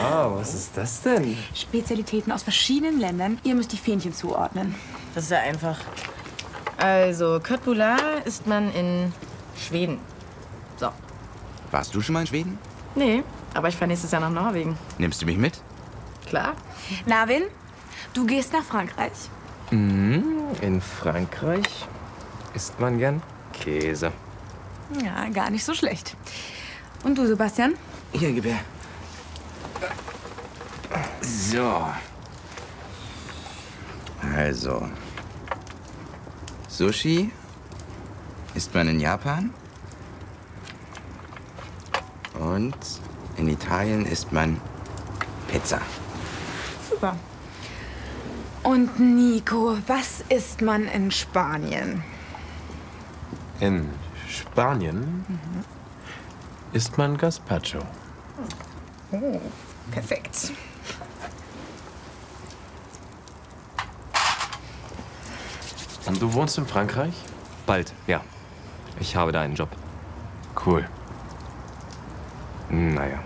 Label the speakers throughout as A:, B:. A: Wow, was ist das denn?
B: Spezialitäten aus verschiedenen Ländern. Ihr müsst die Fähnchen zuordnen.
C: Das ist ja einfach. Also, Côte Boulard ist man in Schweden. So.
D: Warst du schon mal in Schweden?
C: Nee, aber ich fahre nächstes Jahr nach Norwegen.
D: Nimmst du mich mit?
C: Klar.
B: Navin, du gehst nach Frankreich.
A: In Frankreich isst man gern Käse.
B: Ja, gar nicht so schlecht. Und du, Sebastian?
D: Hier, gib her. So. Also. Sushi isst man in Japan. Und in Italien isst man Pizza.
C: Super.
B: Und Nico, was isst man in Spanien?
A: In Spanien isst man Gazpacho.
B: Perfekt.
A: Und du wohnst in Frankreich?
E: Bald, ja. Ich habe da einen Job.
A: Cool.
E: Naja.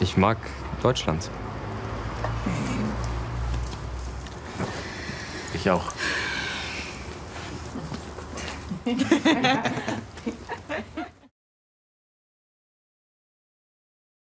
E: Ich mag Deutschland.
A: Ich auch.